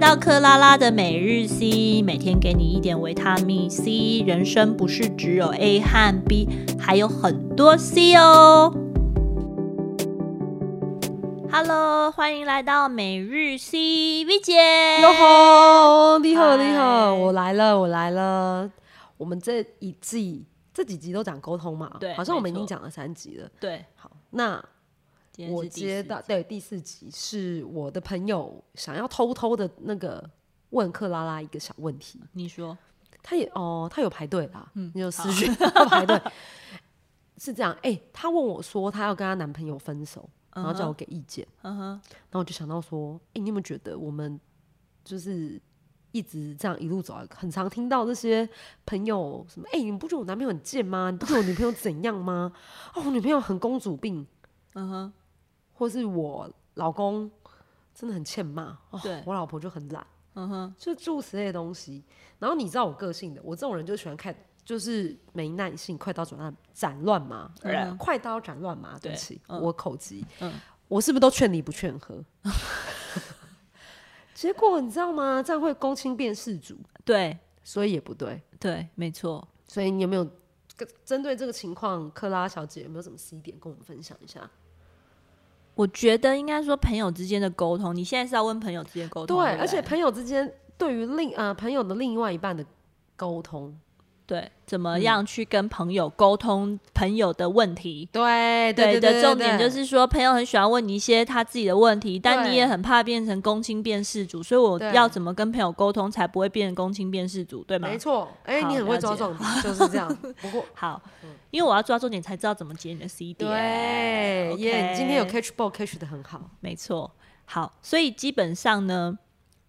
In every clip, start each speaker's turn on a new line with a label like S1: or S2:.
S1: 到克拉拉的每日 C，每天给你一点维他命 C。人生不是只有 A 和 B，还有很多 C 哦。Hello，欢迎来到每日 C，V 姐。
S2: 哟吼！你好，你
S1: 嗨
S2: 好，我来了，我来了。我们这一季这几集都讲沟通嘛，
S1: 对
S2: 好像我们已
S1: 没错
S2: 经讲了三集了。
S1: 对，
S2: 好，那
S1: 今天
S2: 我
S1: 是第
S2: 接
S1: 四
S2: 到
S1: 集
S2: 对第四集是我的朋友想要偷偷的那个问克拉拉一个小问题，
S1: 你说，
S2: 他也哦，他有排队啦，嗯，你有
S1: 嗯好
S2: 私讯 他排队。是这样，哎、她问我说她要跟她男朋友分手，然后叫我给意见。
S1: 嗯哼，
S2: 然后我就想到说，哎、你有没有觉得我们就是一直这样一路走来，很常听到那些朋友什么，哎、你不觉得我男朋友很贱吗？你不觉得我女朋友怎样吗？ 哦，我女朋友很公主病，
S1: 嗯哼，
S2: 或是我老公真的很欠骂，哦
S1: 对，
S2: 我老婆就很懒，
S1: 嗯哼，
S2: 就诸如此类的东西。然后你知道我个性的，我这种人就喜欢看。就是没耐性，快刀斩乱斩乱麻，
S1: 嗯哼
S2: 快刀斩乱麻。对
S1: 对
S2: 不起，
S1: 嗯
S2: 我口急。
S1: 嗯
S2: 我是不是都劝你不劝和？ 结果你知道吗？这样会公亲变世主，
S1: 对
S2: 所以也不对。
S1: 对，没错。
S2: 所以你有没有跟针对这个情况，克拉小姐有没有什么 C 点跟我们分享一下？
S1: 我觉得应该说朋友之间的沟通，你现在是要问朋友之间沟通，
S2: 对，
S1: 对不对，
S2: 而且朋友之间对于另呃朋友的另外一半的沟通，
S1: 对怎么
S2: 嗯
S1: 样去跟朋友沟通朋友的问题。
S2: 对对
S1: 的重点就是说，朋友很喜欢问你一些他自己的问题，但
S2: 对
S1: 你也很怕变成公亲变世主，所以我
S2: 对
S1: 要怎么跟朋友沟通才不会变成公亲变世主，对吗？
S2: 没错。哎、
S1: 好
S2: 你很
S1: 了
S2: 会
S1: 解
S2: 抓重点，就是这 样。不过
S1: 好，因为我要抓重点才知道怎么解你的 C 啊点。
S2: 对，
S1: OK
S2: 耶，你今天有 catch ball catch 的很好。
S1: 没错。好，所以基本上呢，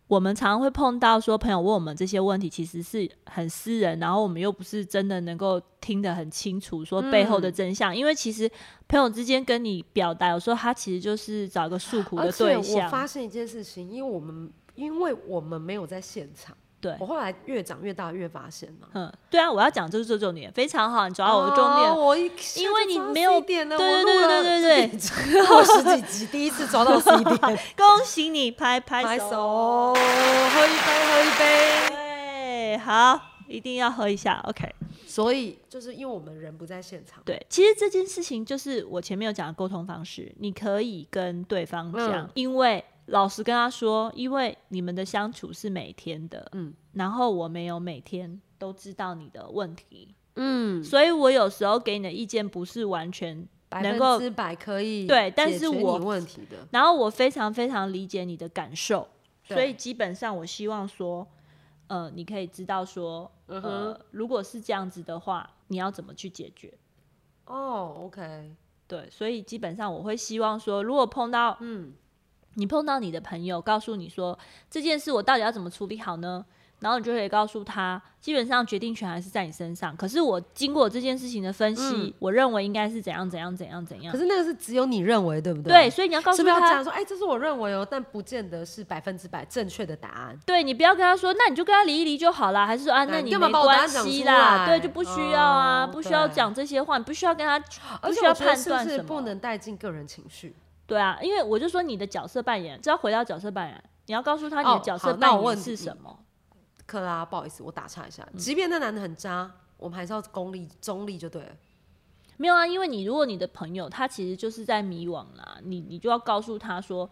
S1: 我们常常会碰到说，朋友问我们这些问题，其实是很私人，然后我们又不是真的能够听得很清楚，说背后的
S2: 嗯
S1: 真相。因为其实朋友之间跟你表达，有时候他其实就是找一个诉苦
S2: 而
S1: 的
S2: 且
S1: 对
S2: 我发
S1: 象。
S2: 现一件事情，因为我们因为我们没有在现场，
S1: 对
S2: 我后来越长越大越发现嘛。
S1: 嗯，对啊，我要讲就是这重点，非常好，你抓到我的重点了。
S2: 哦我一下
S1: 因为
S2: 就
S1: 你
S2: 抓到
S1: 没有
S2: C 点了，
S1: 对对
S2: 我录
S1: 对
S2: 了
S1: 对对对
S2: 十几集，我十几集第一次抓到 C 点，
S1: 恭喜你，拍拍
S2: 拍
S1: 手
S2: 手，喝一杯，喝一杯。
S1: 对，好，一定要喝一下，OK。
S2: 所以就是因为我们人不在现场，
S1: 对，其实这件事情就是我前面有讲的沟通方式，你可以跟对方讲，
S2: 嗯
S1: 因为老实跟他说，因为你们的相处是每天的，
S2: 嗯
S1: 然后我没有每天都知道你的问题，
S2: 嗯，
S1: 所以我有时候给你的意见不是完全
S2: 百
S1: 能
S2: 分
S1: 够
S2: 之百可以
S1: 对但
S2: 解
S1: 是
S2: 决你
S1: 我
S2: 问题的，
S1: 然后我非常非常理解你的感受，
S2: 对
S1: 所以基本上我希望说，呃，你可以知道说，
S2: 嗯
S1: 呃
S2: 哼，
S1: 如果是这样子的话，你要怎么去解决？
S2: 哦，OK，
S1: 对，所以基本上我会希望说，如果碰到
S2: 嗯，
S1: 你碰到你的朋友，告诉你说这件事我到底要怎么处理好呢？然后你就可以告诉他，基本上决定权还是在你身上。可是我经过这件事情的分析，
S2: 嗯
S1: 我认为应该是怎样怎样怎样怎样
S2: 可。是那个是只有你认为，对不对？啊
S1: 对，所以你要告
S2: 是
S1: 诉
S2: 不是要这
S1: 他，
S2: 样说？哎、这是我认为哦，但不见得是百分之百正确的答案。
S1: 对你不要跟他说，那你就跟他离一离就好啦，还是说啊，
S2: 对
S1: 那
S2: 哎你
S1: 你
S2: 干嘛
S1: 没
S2: 把我答
S1: 关
S2: 案讲
S1: 系
S2: 出
S1: 啦，
S2: 来
S1: 对，就不需要啊，
S2: 哦
S1: 不需要
S2: 对
S1: 讲这些话，你不需要跟他，不
S2: 而且
S1: 需要
S2: 我觉得
S1: 判
S2: 是不
S1: 断什
S2: 是
S1: 么，
S2: 不能带进个人情绪？
S1: 对啊，因为我就说你的角色扮演，这要回到角色扮演，你要告诉他你的
S2: 哦
S1: 角色
S2: 好那
S1: 扮
S2: 我
S1: 演
S2: 问
S1: 是
S2: 你
S1: 什么。
S2: 克拉，不好意思，我打岔一下。
S1: 嗯
S2: 即便那男的很渣，我们还是要功利、中立就对了。
S1: 没有啊，因为你如果你的朋友他其实就是在迷惘啦，你你就要告诉他说，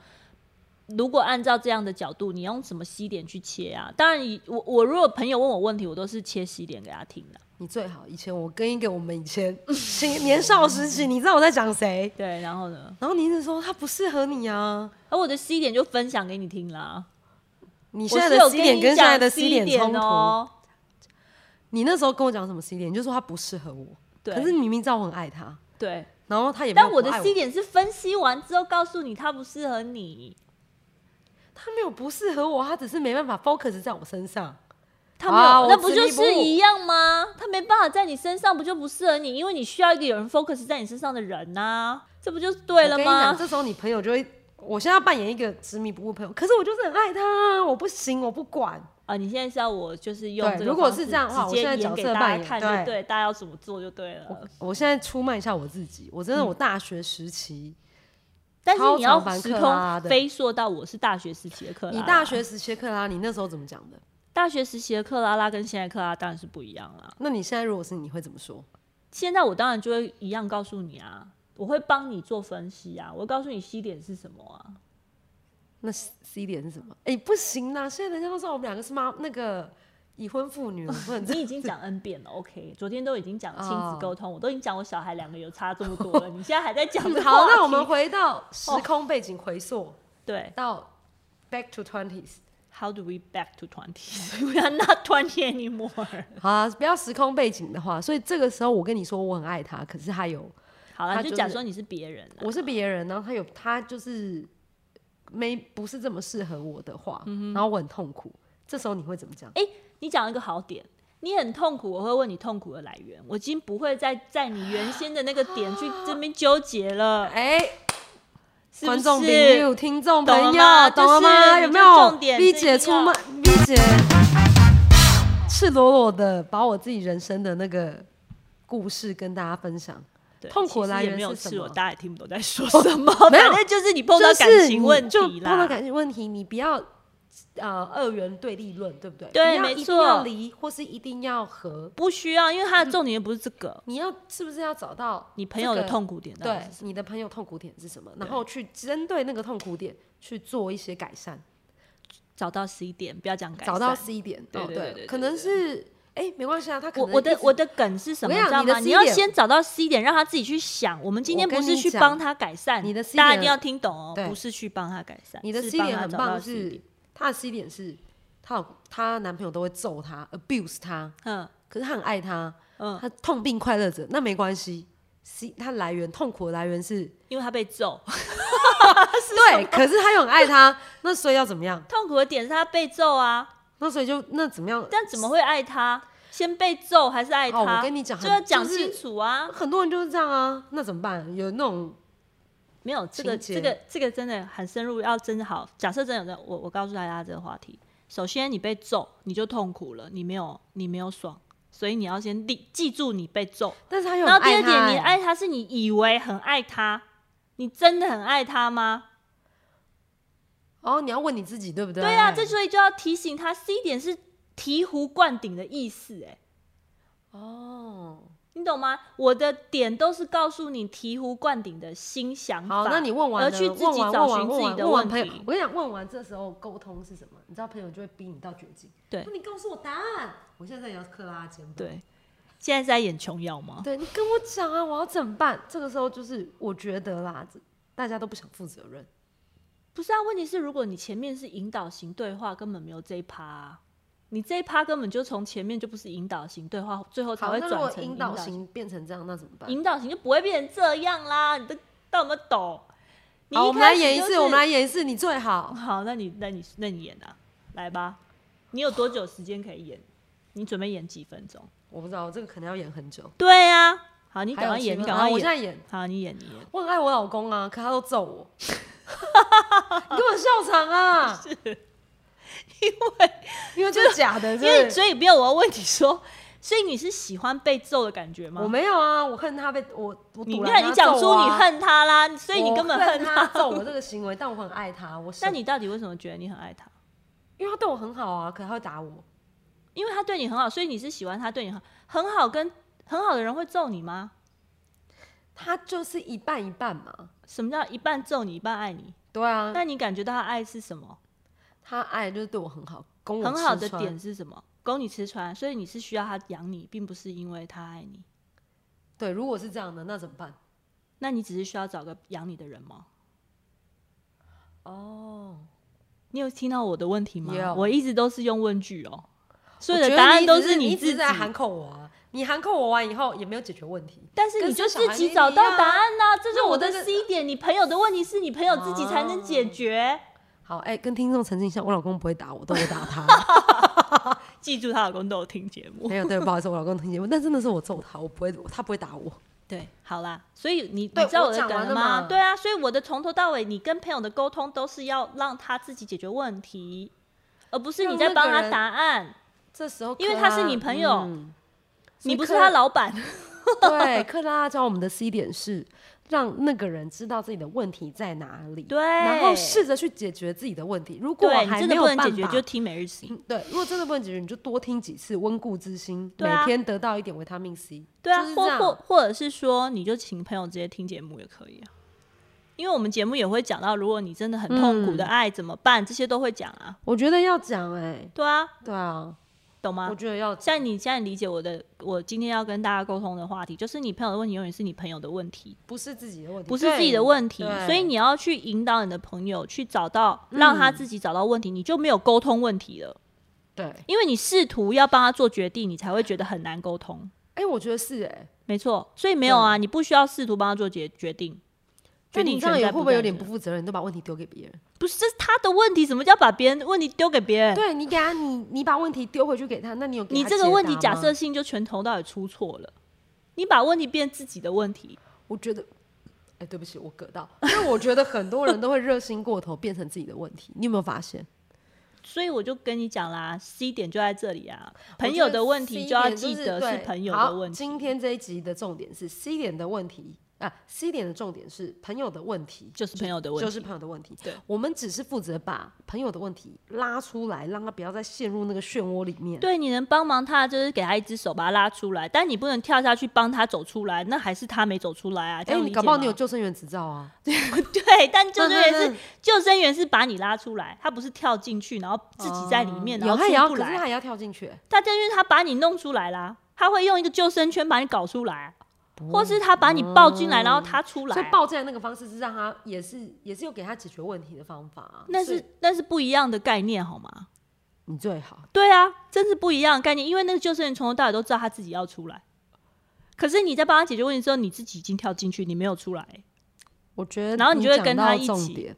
S1: 如果按照这样的角度，你用什么 C 点去切啊？当然以，我我如果朋友问我问题，我都是切 C 点给他听的。
S2: 你最好以前我跟一个我们 以前青年少时期，你知道我在讲谁？
S1: 对，然后呢，
S2: 然后你一直说他不适合你啊。
S1: 而我的 C 点就分享给你听啦。
S2: 你
S1: 我
S2: 现在
S1: 是
S2: 的
S1: 有
S2: C 点
S1: 你
S2: 跟现在
S1: 讲
S2: 的
S1: C
S2: 点冲突，
S1: 哦。
S2: 你那时候跟我讲什么 C 点？你就说他不适合我，
S1: 对
S2: 可是你明明知道我很爱他，
S1: 对，
S2: 然后他也没有
S1: 但我
S2: 不
S1: 的
S2: 爱
S1: C 点是分析完之后告诉你他不适合你，
S2: 他没有不适合我，他只是没办法 focus 在我身上。
S1: 他没有，
S2: 啊
S1: 那
S2: 我
S1: 不
S2: 执
S1: 就
S2: 迷不
S1: 是
S2: 悟
S1: 一样吗？他没办法在你身上，不就不适合你？因为你需要一个有人 focus 在你身上的人呐、这不就对了
S2: 我跟你讲，
S1: 吗？
S2: 这时候你朋友就会，我现在扮演一个执迷不悟朋友，可是我就是很爱他，我不行，我不管。
S1: 啊，你现在是要我就是用这
S2: 对
S1: 个
S2: 如果
S1: 方
S2: 是
S1: 式
S2: 这样的话
S1: 直
S2: 我
S1: 接
S2: 现在
S1: 演
S2: 角
S1: 给
S2: 色
S1: 大
S2: 扮
S1: 家
S2: 演
S1: 看就对，
S2: 对
S1: 大家要怎么做就对了。
S2: 嗯我现在出卖一下我自己，我真的我大学时期，
S1: 但是你
S2: 超
S1: 要
S2: 常班
S1: 时
S2: 克拉
S1: 空
S2: 的
S1: 飞溯到我是大学时期的克拉拉，
S2: 你大学时期的克拉，你那时候怎么讲的？
S1: 大学时期的克拉拉跟现在克拉拉当然是不一样啦。
S2: 那你现在如果是你会怎么说？
S1: 现在我当然就会一样告诉你啊，我会帮你做分析啊，我会告诉你 C 点是什么啊。
S2: 那 C- C 点是什么？哎、不行啦！现在人家都知道我们两个是妈那个已婚妇女，我不能这
S1: 你已经讲 N 遍了，OK？昨天都已经讲亲
S2: 哦
S1: 子沟通，我都已经讲我小孩两个有差这么多了，你现在还在讲这个
S2: 样。嗯好，
S1: 话
S2: 那我们
S1: 题
S2: 回到时空背景回溯、
S1: 对
S2: 到 back to twenties。
S1: ，How do we back to twenty? We are not twenty anymore
S2: 好啊，不要时空背景的话，所以这个时候我跟你说我很爱他，可是他有
S1: 好了，
S2: 他
S1: 你
S2: 就
S1: 就假
S2: 是
S1: 说你是别人啊、
S2: 我是别人，然后他有他就是没不是这么适合我的话，
S1: 嗯
S2: 然后我很痛苦。这时候你会怎么讲？
S1: 你讲一个好点，你很痛苦，我会问你痛苦的来源，我已经不会再在你原先的那个点去这边纠结了，
S2: 哎、
S1: 是不
S2: 观众朋
S1: 是？
S2: 友、听众朋友
S1: 懂了，吗
S2: 懂了吗？
S1: 就是
S2: 有
S1: 你
S2: 没
S1: 就
S2: 有
S1: 重点
S2: ？V
S1: 这
S2: 姐
S1: 一定
S2: 出
S1: 要
S2: 卖 V 姐，赤裸裸的把我自己人生的那个故事跟大家分享。
S1: 对
S2: 痛
S1: 其
S2: 苦
S1: 实
S2: 来
S1: 也
S2: 源
S1: 没有
S2: 是什
S1: 赤裸，
S2: 么哦
S1: 大家也听不懂在说什么，
S2: 没有
S1: 反正就是你碰到感
S2: 就是
S1: 情
S2: 你
S1: 问
S2: 就
S1: 题
S2: 碰到
S1: 啦。
S2: 感情问题，你不要呃二元对立论，对不对？
S1: 对
S2: 不要
S1: 没
S2: 一定
S1: 错
S2: 要离或是一定要和，
S1: 不需要，因为它的重点又不是这个，
S2: 你要是不是要找到
S1: 你朋友的
S2: 这个
S1: 痛苦点到底
S2: 对
S1: 是什么，
S2: 你的朋友痛苦点是什么，然后去针对那个痛苦点去做一些改善。
S1: 找到 C 点，不要讲改善。
S2: 找到 C 点，
S1: 对
S2: 哦
S1: 对对对
S2: 可能是哎，没关系啊，他可
S1: 我
S2: 能
S1: 我的
S2: 一直
S1: 我的梗是什么，
S2: 我
S1: 你
S2: 跟你
S1: 知
S2: 讲
S1: 道吗？
S2: 你的
S1: 你
S2: C
S1: 要
S2: 点
S1: 先找到 C 点，让他自己去想。我们今天
S2: 我
S1: 不
S2: 跟
S1: 是
S2: 你
S1: 去
S2: 讲
S1: 帮他改善，
S2: 你的 C
S1: 大家一
S2: 点
S1: 定要听懂哦，
S2: 对
S1: 不是去帮他改善。
S2: 你的
S1: 是
S2: C
S1: 帮
S2: 点
S1: 他
S2: 很
S1: 找到
S2: 棒，
S1: C
S2: 是
S1: 点
S2: 她的 C 点是她有她男朋友都会揍她，abuse 她，
S1: 嗯
S2: 可是她很爱他，
S1: 嗯，
S2: 她痛并快乐着，那没关系。C 她来源痛苦的来源是
S1: 因为他被揍，啊
S2: 对，可是她又很爱他， 那所以要怎么样？
S1: 痛苦的点是他被揍啊，
S2: 那所以就那怎么样？
S1: 但怎么会爱他？先被揍还是爱
S2: 哦，
S1: 他？
S2: 我跟你讲，
S1: 就要
S2: 很
S1: 讲
S2: 就是
S1: 清楚啊！
S2: 很多人就是这样啊，那怎么办？有那种
S1: 没有这个
S2: 情
S1: 这
S2: 节
S1: 个这个真的很深入，要真的好。假设真的有这，我我告诉大家这个话题。首先，你被揍，你就痛苦了，你没有你没有爽，所以你要先记记住你被揍。
S2: 但是他又
S1: 然
S2: 很
S1: 后第
S2: 爱
S1: 二
S2: 他、
S1: 点，你爱他是你以为很爱他，你真的很爱他吗？
S2: 哦，你要问你自己，对不对？
S1: 对啊，这所以就要提醒他，C 点是醍醐灌顶的意思、哎，
S2: 哦，
S1: 你懂吗？我的点都是告诉你醍醐灌顶的新想法。
S2: 好，那你问完
S1: 而
S2: 呢
S1: 去自
S2: 问
S1: 己
S2: 完
S1: 找
S2: 问完
S1: 寻自己
S2: 问完
S1: 的
S2: 问完
S1: 问
S2: 朋友
S1: 题
S2: 我跟你讲，问完这时候沟通是什么？你知道朋友就会逼你到绝境。
S1: 对
S2: 那你告诉我答案。我现在也要克拉肩膀。
S1: 对，现在是在演琼瑶吗？
S2: 对，你跟我讲啊，我要怎么办？这个时候就是我觉得啦，这大家都不想负责任。
S1: 不是啊，问题是如果你前面是引导型对话，根本没有这一趴、啊，你这一趴根本就从前面就不是引导型对话，最后才
S2: 好，
S1: 会
S2: 那如
S1: 转
S2: 果
S1: 成
S2: 引
S1: 引
S2: 导
S1: 导，
S2: 型变成这样，那怎么办？
S1: 引导型就不会变成这样啦。你都到有没有懂？你
S2: 好，我们
S1: 开
S2: 来
S1: 始
S2: 演一
S1: 就
S2: 次，
S1: 是
S2: 我们来演一次，你最 好。
S1: 好，那你那你那你演啊，来吧，你有多久时间可以演？你准备演几分钟？
S2: 我不知道，这个可能要演很久。
S1: 对啊，好，你
S2: 你
S1: 赶快演，你赶
S2: 啊
S1: 快
S2: 我现
S1: 演，
S2: 在演。
S1: 好，你演你演。
S2: 我很爱我老公啊，可他都揍 我。你给我笑场啊！是，因为因为这是假的，
S1: 因为
S2: 这
S1: 所以没有我要问你说，所以你是喜欢被揍的感觉吗？
S2: 我没有啊，我恨他被我我
S1: 你
S2: 堵拦
S1: 看，你
S2: 他
S1: 讲
S2: 揍我
S1: 出
S2: 啊
S1: 你，恨他啦，所以你
S2: 我
S1: 根本
S2: 恨
S1: 他。
S2: 他揍我这个行为，但我很爱他，我
S1: 那
S2: 是
S1: 你到底为什么觉得你很爱他？
S2: 因为他对我很好啊，可他会打我，
S1: 因为他对你很好，所以你是喜欢他对你很很好跟很好的人会揍你吗？
S2: 他就是一半一半嘛。
S1: 什么叫一半揍你一半爱你？
S2: 对啊，
S1: 那你感觉到他爱是什么？
S2: 他爱就是对我很好，供我
S1: 很好
S2: 吃
S1: 的
S2: 穿
S1: 点是什么？供你吃穿，所以你是需要他养你，并不是因为他爱你。
S2: 对，如果是这样的，那怎么办？
S1: 那你只是需要找个养你的人吗？
S2: 哦，
S1: 你有听到我的问题吗
S2: 有
S1: 我一直都是用问句哦，所有
S2: 我
S1: 的
S2: 觉得
S1: 答案
S2: 你
S1: 都
S2: 只是
S1: 你
S2: 一
S1: 自
S2: 直
S1: 己。
S2: 在喊口我啊，你喊口我完以后也没有解决问题。
S1: 但是
S2: 跟
S1: 你就
S2: 生小
S1: 自
S2: 孩
S1: 己
S2: 一
S1: 找到
S2: 样
S1: 答案呐、这就是
S2: 啊那
S1: 我
S2: 我
S1: 的
S2: 这个哦
S1: C 点。你朋友的问题是你朋友自己才能解决。
S2: 好，哎、跟听众澄清一下，我老公不会打我，都我 打他。
S1: 记住，她老公都有听节目。
S2: 没有，对，不好意思，我老公听节目，但真的是我揍他，我不会，他不会打我。
S1: 对，好啦，所以你你
S2: 对
S1: 知道
S2: 我
S1: 的
S2: 讲
S1: 梗
S2: 完
S1: 了
S2: 了
S1: 吗？
S2: 嘛
S1: 对啊，所以我的从头到尾，你跟朋友的沟通都是要让他自己解决问题，而不是你
S2: 让
S1: 在
S2: 那
S1: 帮
S2: 个
S1: 他
S2: 人
S1: 答案。
S2: 这时候，
S1: 因为他是你朋友
S2: 嗯
S1: 你不是
S2: 所以
S1: 他
S2: 克
S1: 老板，
S2: 对，克拉拉教我们的 C 点是让那个人知道自己的问题在哪里，
S1: 对，
S2: 然后试着去解决自己的问题。如果
S1: 对你
S2: 还
S1: 真的
S2: 没有
S1: 不
S2: 办
S1: 能
S2: 法，
S1: 解决，就听每日 C。
S2: 嗯对，如果真的不能解决，你就多听几次，温故知新，
S1: 对啊
S2: 每天得到一点维他命 C。
S1: 对啊
S2: 就，是这
S1: 或
S2: 样
S1: 或或者是说，你就请朋友直接听节目也可以啊。因为我们节目也会讲到，如果你真的很痛
S2: 嗯
S1: 苦的爱怎么办，这些都会讲啊。
S2: 我觉得要讲哎、
S1: 对啊，
S2: 对啊，
S1: 懂吗
S2: 我？觉得要
S1: 像你现在理解我的，我今天要跟大家沟通的话题，就是你朋友的问题永远是你朋友的问题，
S2: 不是自己的问题，
S1: 不是自己的问题
S2: 嗯对。
S1: 所以你要去引导你的朋友去找到，让他自己找到问题，你就没有沟通问题了。
S2: 对。对，
S1: 因为你试图要帮他做决定，你才会觉得很难沟通。
S2: 哎、我觉得是哎、
S1: 没错，所以没有啊，你不需要试图帮他做决决定。
S2: 那
S1: 决
S2: 你
S1: 定
S2: 这样
S1: 权
S2: 也
S1: 在
S2: 会不
S1: 在
S2: 会有
S1: 你
S2: 点
S1: 那
S2: 不负责任？你都把问题丢给别人，
S1: 不是，这是他的问题，什么叫把别人问题丢给别人？
S2: 对你给他，你你把问题丢回去给他，那你有给
S1: 你
S2: 他啊
S1: 这个
S2: 解
S1: 问
S2: 答
S1: 题假
S2: 吗
S1: 设性就全头到尾出错了，你把问题变自己的问题，
S2: 我觉得，哎、对不起，我葛 到，因为我觉得很多人都会热心过头，变成自己的问题。你有没有发现？
S1: 所以我就跟你讲啦，C 点就在这里啊，
S2: 我
S1: 朋
S2: 觉
S1: 友
S2: 得
S1: 的问
S2: C
S1: 题就要
S2: 点
S1: 记
S2: 是
S1: 得
S2: 对
S1: 是朋友
S2: 好
S1: 的问题。
S2: 今天这一集的重点是 C 点的问题啊，C 点的重点是朋友的问题，
S1: 就是朋友的问题
S2: 就是朋友的问题。
S1: 对，
S2: 我们只是负责把朋友的问题拉出来，让他不要再陷入那个漩涡里面。
S1: 对，你能帮忙他，就是给他一只手把他拉出来，但你不能跳下去帮他走出来，那还是他没走出来啊。这
S2: 哎、
S1: 样理
S2: 你
S1: 解
S2: 搞不好你
S1: 吗
S2: 有救生员执照啊？
S1: 对，但救生员
S2: 嗯嗯
S1: 是
S2: 嗯
S1: 救生员是把你拉出来，他不是跳进去然后自己在里面，
S2: 哦嗯有
S1: 然后
S2: 他也要，
S1: 出
S2: 可
S1: 不
S2: 是
S1: 来。
S2: 他也要跳进去、
S1: 他正是他把你弄出来啦，他会用一个救生圈把你搞出来，啊或是他把你抱进来，然后他出
S2: 哦所以
S1: 来，啊
S2: 报进来那个方式是让他也是也是有给他解决问题的方法、啊。
S1: 那
S2: 所以
S1: 是那是不一样的概念好吗？
S2: 你最好。
S1: 对啊，真是不一样的概念，因为那个救生员从头到尾都知道他自己要出来，可是你在帮他解决问题之后，你自己已经跳进去，你没有出来、
S2: 我觉得，
S1: 然后你就会跟他一起
S2: 重点，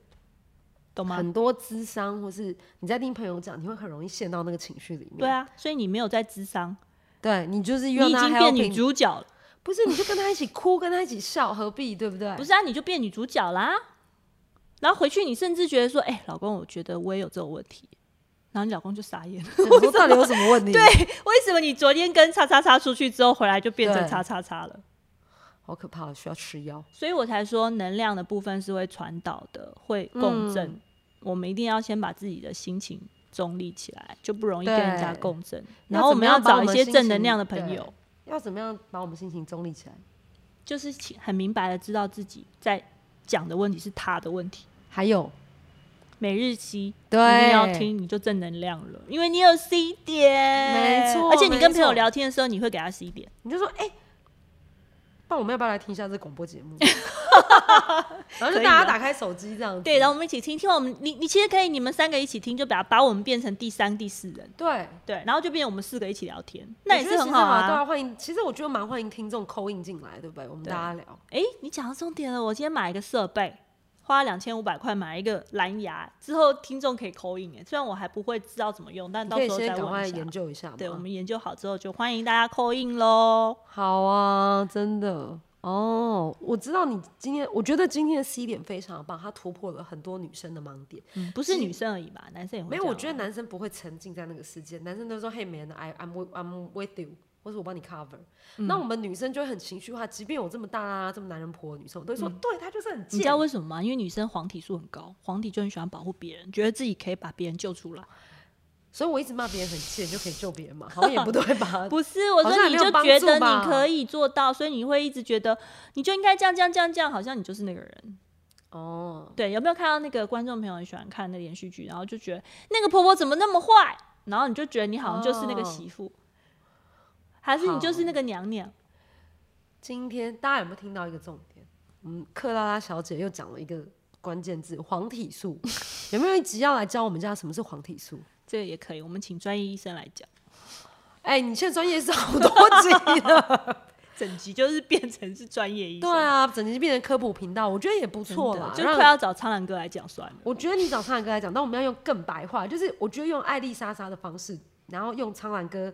S1: 懂吗？
S2: 很多智商或是你在听朋友讲，你会很容易陷到那个情绪里面。
S1: 对，啊，所以你没有在智商，
S2: 对你就是
S1: 你
S2: 约
S1: 已
S2: 他
S1: 经变
S2: helping，
S1: 女主角了，
S2: 不是你就跟他一起哭，跟他一起笑，何必对不对？
S1: 不是啊，你就变女主角啦。然后回去，你甚至觉得说，哎、老公，我觉得我也有这种问题。然后你老公就傻眼了。
S2: 我说到底有什么问题？对，
S1: 为什么你昨天跟叉叉叉出去之后回来就变成
S2: 对
S1: 叉叉叉了？
S2: 好可怕，需要吃药。
S1: 所以我才说能量的部分是会传导的，会共振。嗯我们一定要先把自己的心情中立起来，就不容易跟人家
S2: 对
S1: 共振。
S2: 要
S1: 然后我们要
S2: 怎么
S1: 找
S2: 样把我
S1: 一
S2: 们
S1: 些
S2: 心
S1: 正能
S2: 情
S1: 量的朋
S2: 对
S1: 友，
S2: 要怎么样把我们心情中立起来？
S1: 就是请很明白的知道自己在讲的问题是他的问题。
S2: 还有，
S1: 每日期
S2: 对
S1: 一定要听，你就正能量了，因为你有 C 点，
S2: 没错
S1: 而且你跟
S2: 没
S1: 朋友
S2: 错
S1: 聊天的时候，你会给他 C 点。
S2: 你就说，哎、那我们要不要来听一下这广播节 目？然后
S1: 可
S2: 就
S1: 以
S2: 大家
S1: 的
S2: 打开手机这样子。
S1: 对，然后我们一起听，听完我们你你其实可以，你们三个一起听，就把把我们变成第三、第四人，
S2: 对，
S1: 对，然后就变成我们四个一起聊天，那也
S2: 我觉
S1: 是
S2: 得
S1: 很
S2: 其实
S1: 好
S2: 对
S1: 啊。
S2: 啊，欢迎。其实我觉得蛮欢迎听众扣印进来，对不对？我们
S1: 对
S2: 大家聊。
S1: 哎、你讲到重点了，我今天买一个设备，花两千五百块买一个蓝牙，之后听众可以口音哎，虽然我还不会知道怎么用，但
S2: 你
S1: 到
S2: 可以
S1: 时候
S2: 先
S1: 再
S2: 赶快
S1: 问一
S2: 研
S1: 下。
S2: 究一下嘛。
S1: 对，我们研究好之后，就欢迎大家扣印喽。
S2: 好啊，真的哦，我知道你今天，我觉得今天的 C 点非常棒，它突破了很多女生的盲点。
S1: 嗯，不是女生而已吧，男生也会
S2: 没有，
S1: 这
S2: 我
S1: 样
S2: 觉得
S1: 啊
S2: 男生不会沉浸在那个世界，男生都说 Hey man，I I'm with, I'm with you，或者我帮你 cover。那
S1: 嗯
S2: 我们女生就会很情绪化，即便我这么大啦、这么男人婆的女生，我都会说，对她就是很
S1: 嗯你知道
S2: 贱。
S1: 为什么吗？因为女生黄体素很高，黄体就很喜欢保护别人，觉得自己可以把别人救出来。
S2: 所以我一直骂别人很贱，就可以救别人嘛，好像也不对 吧？
S1: 不是，我
S2: 呃好
S1: 说
S2: 像
S1: 你
S2: 也没
S1: 就
S2: 有帮
S1: 觉
S2: 助
S1: 得
S2: 吧
S1: 你可以做到，所以你会一直觉得你就应该这样这样这样这样，好像你就是那个人。
S2: 哦，
S1: 对，有没有看到那个观众朋友很喜欢看那连续剧，然后就觉得那个婆婆怎么那么坏，然后你就觉得你好像就是那个
S2: 哦
S1: 媳妇，还是你就是那个娘娘？
S2: 今天大家有没有听到一个重点？嗯，克拉拉小姐又讲了一个关键字——黄体素。 有没有一集要来教我们家什么是黄体素？
S1: 这个也可以，我们请专业医生来讲，
S2: 哎、你现在专业是好多集了，
S1: 整集就是变成 是专业医
S2: 对
S1: 生。
S2: 啊，整集变成科普频道，我觉得也不错啦。
S1: 就
S2: 让
S1: 快要找苍兰哥来讲算了。
S2: 我觉得你找苍兰哥来讲，但我们要用更白话，就是我觉得用艾丽莎莎的方式，然后用苍兰哥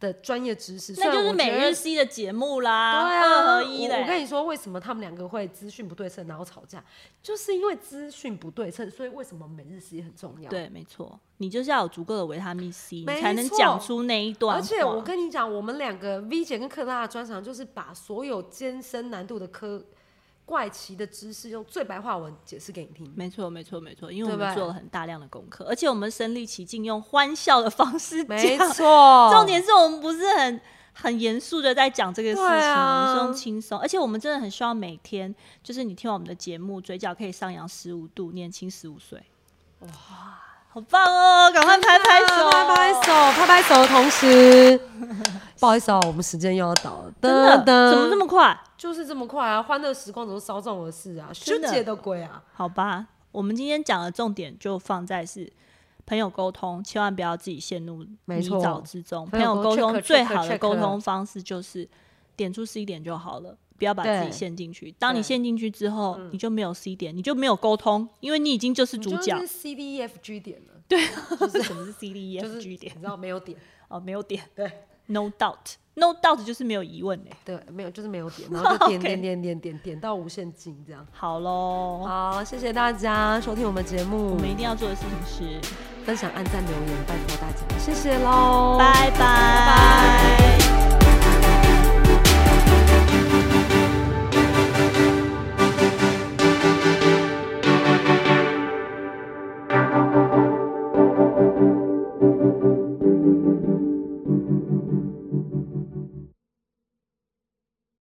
S2: 的专业知识，虽
S1: 那
S2: 然
S1: 就是
S2: 我
S1: 每
S2: 觉
S1: 日
S2: 得
S1: C 的节目
S2: 对
S1: 啦，
S2: 啊，
S1: 二合一
S2: 我。我
S1: 嘞。
S2: 跟你说，为什么他们两个会资讯不对称，然后吵架，就是因为资讯不对称，所以为什么每日 C 很重要？，
S1: 对，没错，你就是要有足够的维他命 C，你
S2: 没
S1: 才能
S2: 错
S1: 讲出那一段话。
S2: 而且我跟你讲，我们两个 V 姐跟克拉的专长就是把所有艰深难度的科怪奇的知识用最白话文解释给你听。
S1: 没错，没错，没错，因为我
S2: 对
S1: 们
S2: 吧
S1: 做了很大量的功课，而且我们身临其境，用欢笑的方式
S2: 没
S1: 讲。
S2: 错，
S1: 重点是我们不是很很严肃的在讲这个事情，
S2: 对啊
S1: 我们是用轻松，而且我们真的很希望每天，就是你听完我们的节目，嘴角可以上扬十五度，年轻十五岁。哇，好棒哦！赶快拍拍手，
S2: 拍拍手，拍拍手的 同时，不好意思哦，我们时间又要到了，
S1: 真的
S2: 噔噔
S1: 怎么这么快？
S2: 就是这么快啊？欢乐时光怎么稍纵而逝啊？
S1: 真
S2: 修
S1: 的
S2: 姐的鬼啊！
S1: 好吧，我们今天讲的重点就放在是朋友沟通，千万不要自己陷入
S2: 没
S1: 泥
S2: 错
S1: 沼之中。朋
S2: 朋
S1: 友
S2: 友
S1: 沟
S2: 沟
S1: 通
S2: check，
S1: 最
S2: check，
S1: 好的
S2: check
S1: 沟通方式就是点出 C 点就好了，不要把自己
S2: 对
S1: 陷进去。当你
S2: 对嗯
S1: 陷进去之后，你就没有 C 点，你就没有沟通，因为你已经就是主角
S2: 就。是 C D E F G 点了，
S1: 就是什么是 C D E
S2: 就
S1: F
S2: 是
S1: G 点
S2: 你知道没有点，
S1: 哦，没有点
S2: 对
S1: ，no doubt，no doubt 就是没有疑问嘞。欸
S2: 对，没有就是没有 点，然后就点
S1: OK
S2: 点点点点点到无限尽这样。
S1: 好喽，
S2: 好，谢谢大家收听我们节目
S1: 我，们一定要做的事情是，
S2: 分享、按赞、留言，拜托大家，谢谢喽，
S1: 拜拜
S2: 拜。